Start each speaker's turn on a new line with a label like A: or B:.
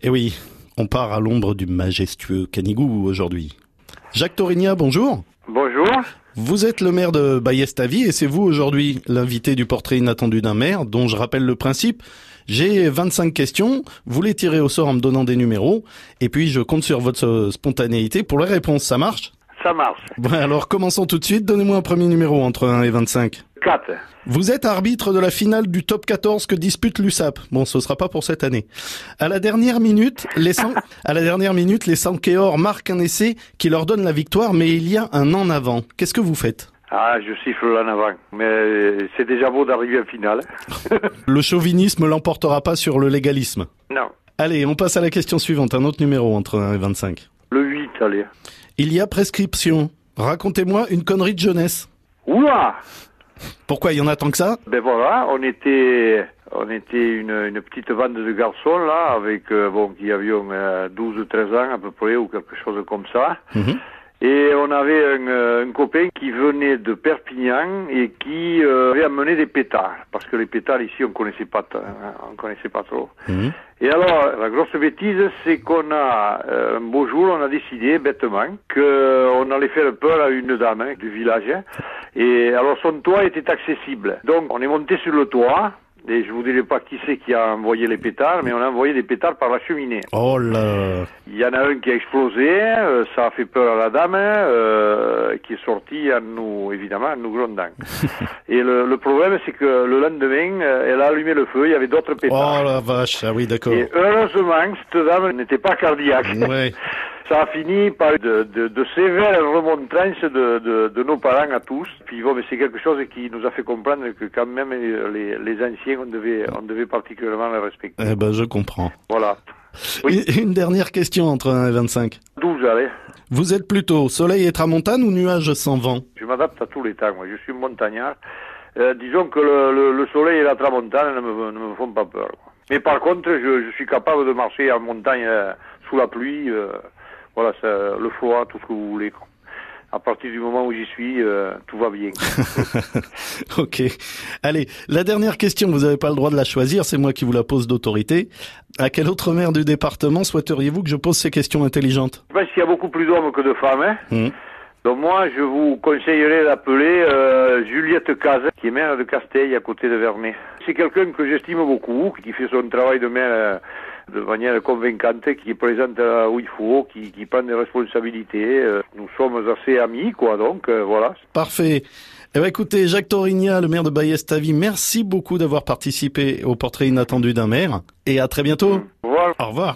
A: Eh oui, on part à l'ombre du majestueux Canigou aujourd'hui. Jacques Torigna, bonjour.
B: Bonjour.
A: Vous êtes le maire de Bayestavie et c'est vous aujourd'hui l'invité du portrait inattendu d'un maire dont je rappelle le principe. J'ai 25 questions, vous les tirez au sort en me donnant des numéros et puis je compte sur votre spontanéité pour les réponses, ça marche
B: Ça marche.
A: Bon, alors commençons tout de suite, donnez-moi un premier numéro entre 1 et 25.
B: 4.
A: Vous êtes arbitre de la finale du top 14 que dispute l'USAP. Bon, ce sera pas pour cette année. À la dernière minute, les San- à la dernière minute, les Sankeor marquent un essai qui leur donne la victoire, mais il y a un en avant. Qu'est-ce que vous faites
B: Ah, je siffle en avant. Mais c'est déjà beau d'arriver en finale.
A: Le chauvinisme l'emportera pas sur le légalisme.
B: Non.
A: Allez, on passe à la question suivante, un autre numéro entre 1 et 25.
B: Le 8, allez.
A: Il y a prescription. Racontez-moi une connerie de jeunesse.
B: Ouah
A: Pourquoi il y en a tant que ça
B: Ben voilà, on était, on était une, une petite bande de garçons, là, avec, euh, bon, qui avions euh, 12 ou 13 ans à peu près, ou quelque chose comme ça.
A: Mhm.
B: Et on avait un, euh, un copain qui venait de Perpignan et qui euh, avait amené des pétards. Parce que les pétards, ici, on connaissait pas, t- hein, on connaissait pas trop.
A: Mhm.
B: Et alors, la grosse bêtise, c'est qu'on a, euh, un beau jour, on a décidé, bêtement, qu'on allait faire peur à une dame hein, du village. hein. Et alors, son toit était accessible. Donc, on est monté sur le toit. Et je vous dirai pas qui c'est qui a envoyé les pétards, mais on a envoyé des pétards par la cheminée.
A: Oh là
B: Il y en a un qui a explosé, euh, ça a fait peur à la dame, euh, qui est sortie à nous, évidemment, à nous grondant. Et le, le problème, c'est que le lendemain, euh, elle a allumé le feu, il y avait d'autres pétards.
A: Oh la vache Ah oui, d'accord.
B: Et heureusement, cette dame n'était pas cardiaque.
A: Ouais.
B: Ça a fini par de, de- de sévères remontrances de, de- de nos parents à tous. Puis bon, mais c'est quelque chose qui nous a fait comprendre que quand même euh, les, les anciens, on devait, on devait particulièrement les respecter.
A: Eh ben, je comprends.
B: Voilà. Oui.
A: Une, une dernière question entre 1 et 25.
B: 12, allez.
A: Vous êtes plutôt soleil et tramontane ou nuage sans vent
B: Je m'adapte à tous les temps, moi. Je suis montagnard. Euh, disons que le, le- le soleil et la tramontane ne me, ne me font pas peur. quoi. Mais par contre, je, je suis capable de marcher en montagne euh, sous la pluie, euh, voilà, ça, le froid, tout ce que vous voulez. quoi. À partir du moment où j'y suis, euh, tout va bien.
A: Ok. Allez, la dernière question, vous n'avez pas le droit de la choisir, c'est moi qui vous la pose d'autorité. À quel autre maire du département souhaiteriez-vous que je pose ces questions intelligentes
B: Je pense qu'il y a beaucoup plus d'hommes que de femmes. hein.
A: Hmm.
B: Donc moi, je vous conseillerais d'appeler euh, Juliette Cazin, qui est maire de Castelle, à côté de Vernet. C'est quelqu'un que j'estime beaucoup, qui fait son travail de maire euh, de manière convaincante, qui est présente là où il faut, qui, qui prend des responsabilités. euh. Nous sommes assez amis, quoi, donc euh, voilà.
A: Parfait. Eh ben, écoutez, Jacques Torigna, le maire de Bayestavie, merci beaucoup d'avoir participé au portrait inattendu d'un maire. Et à très bientôt.
B: Voilà.
A: Au revoir.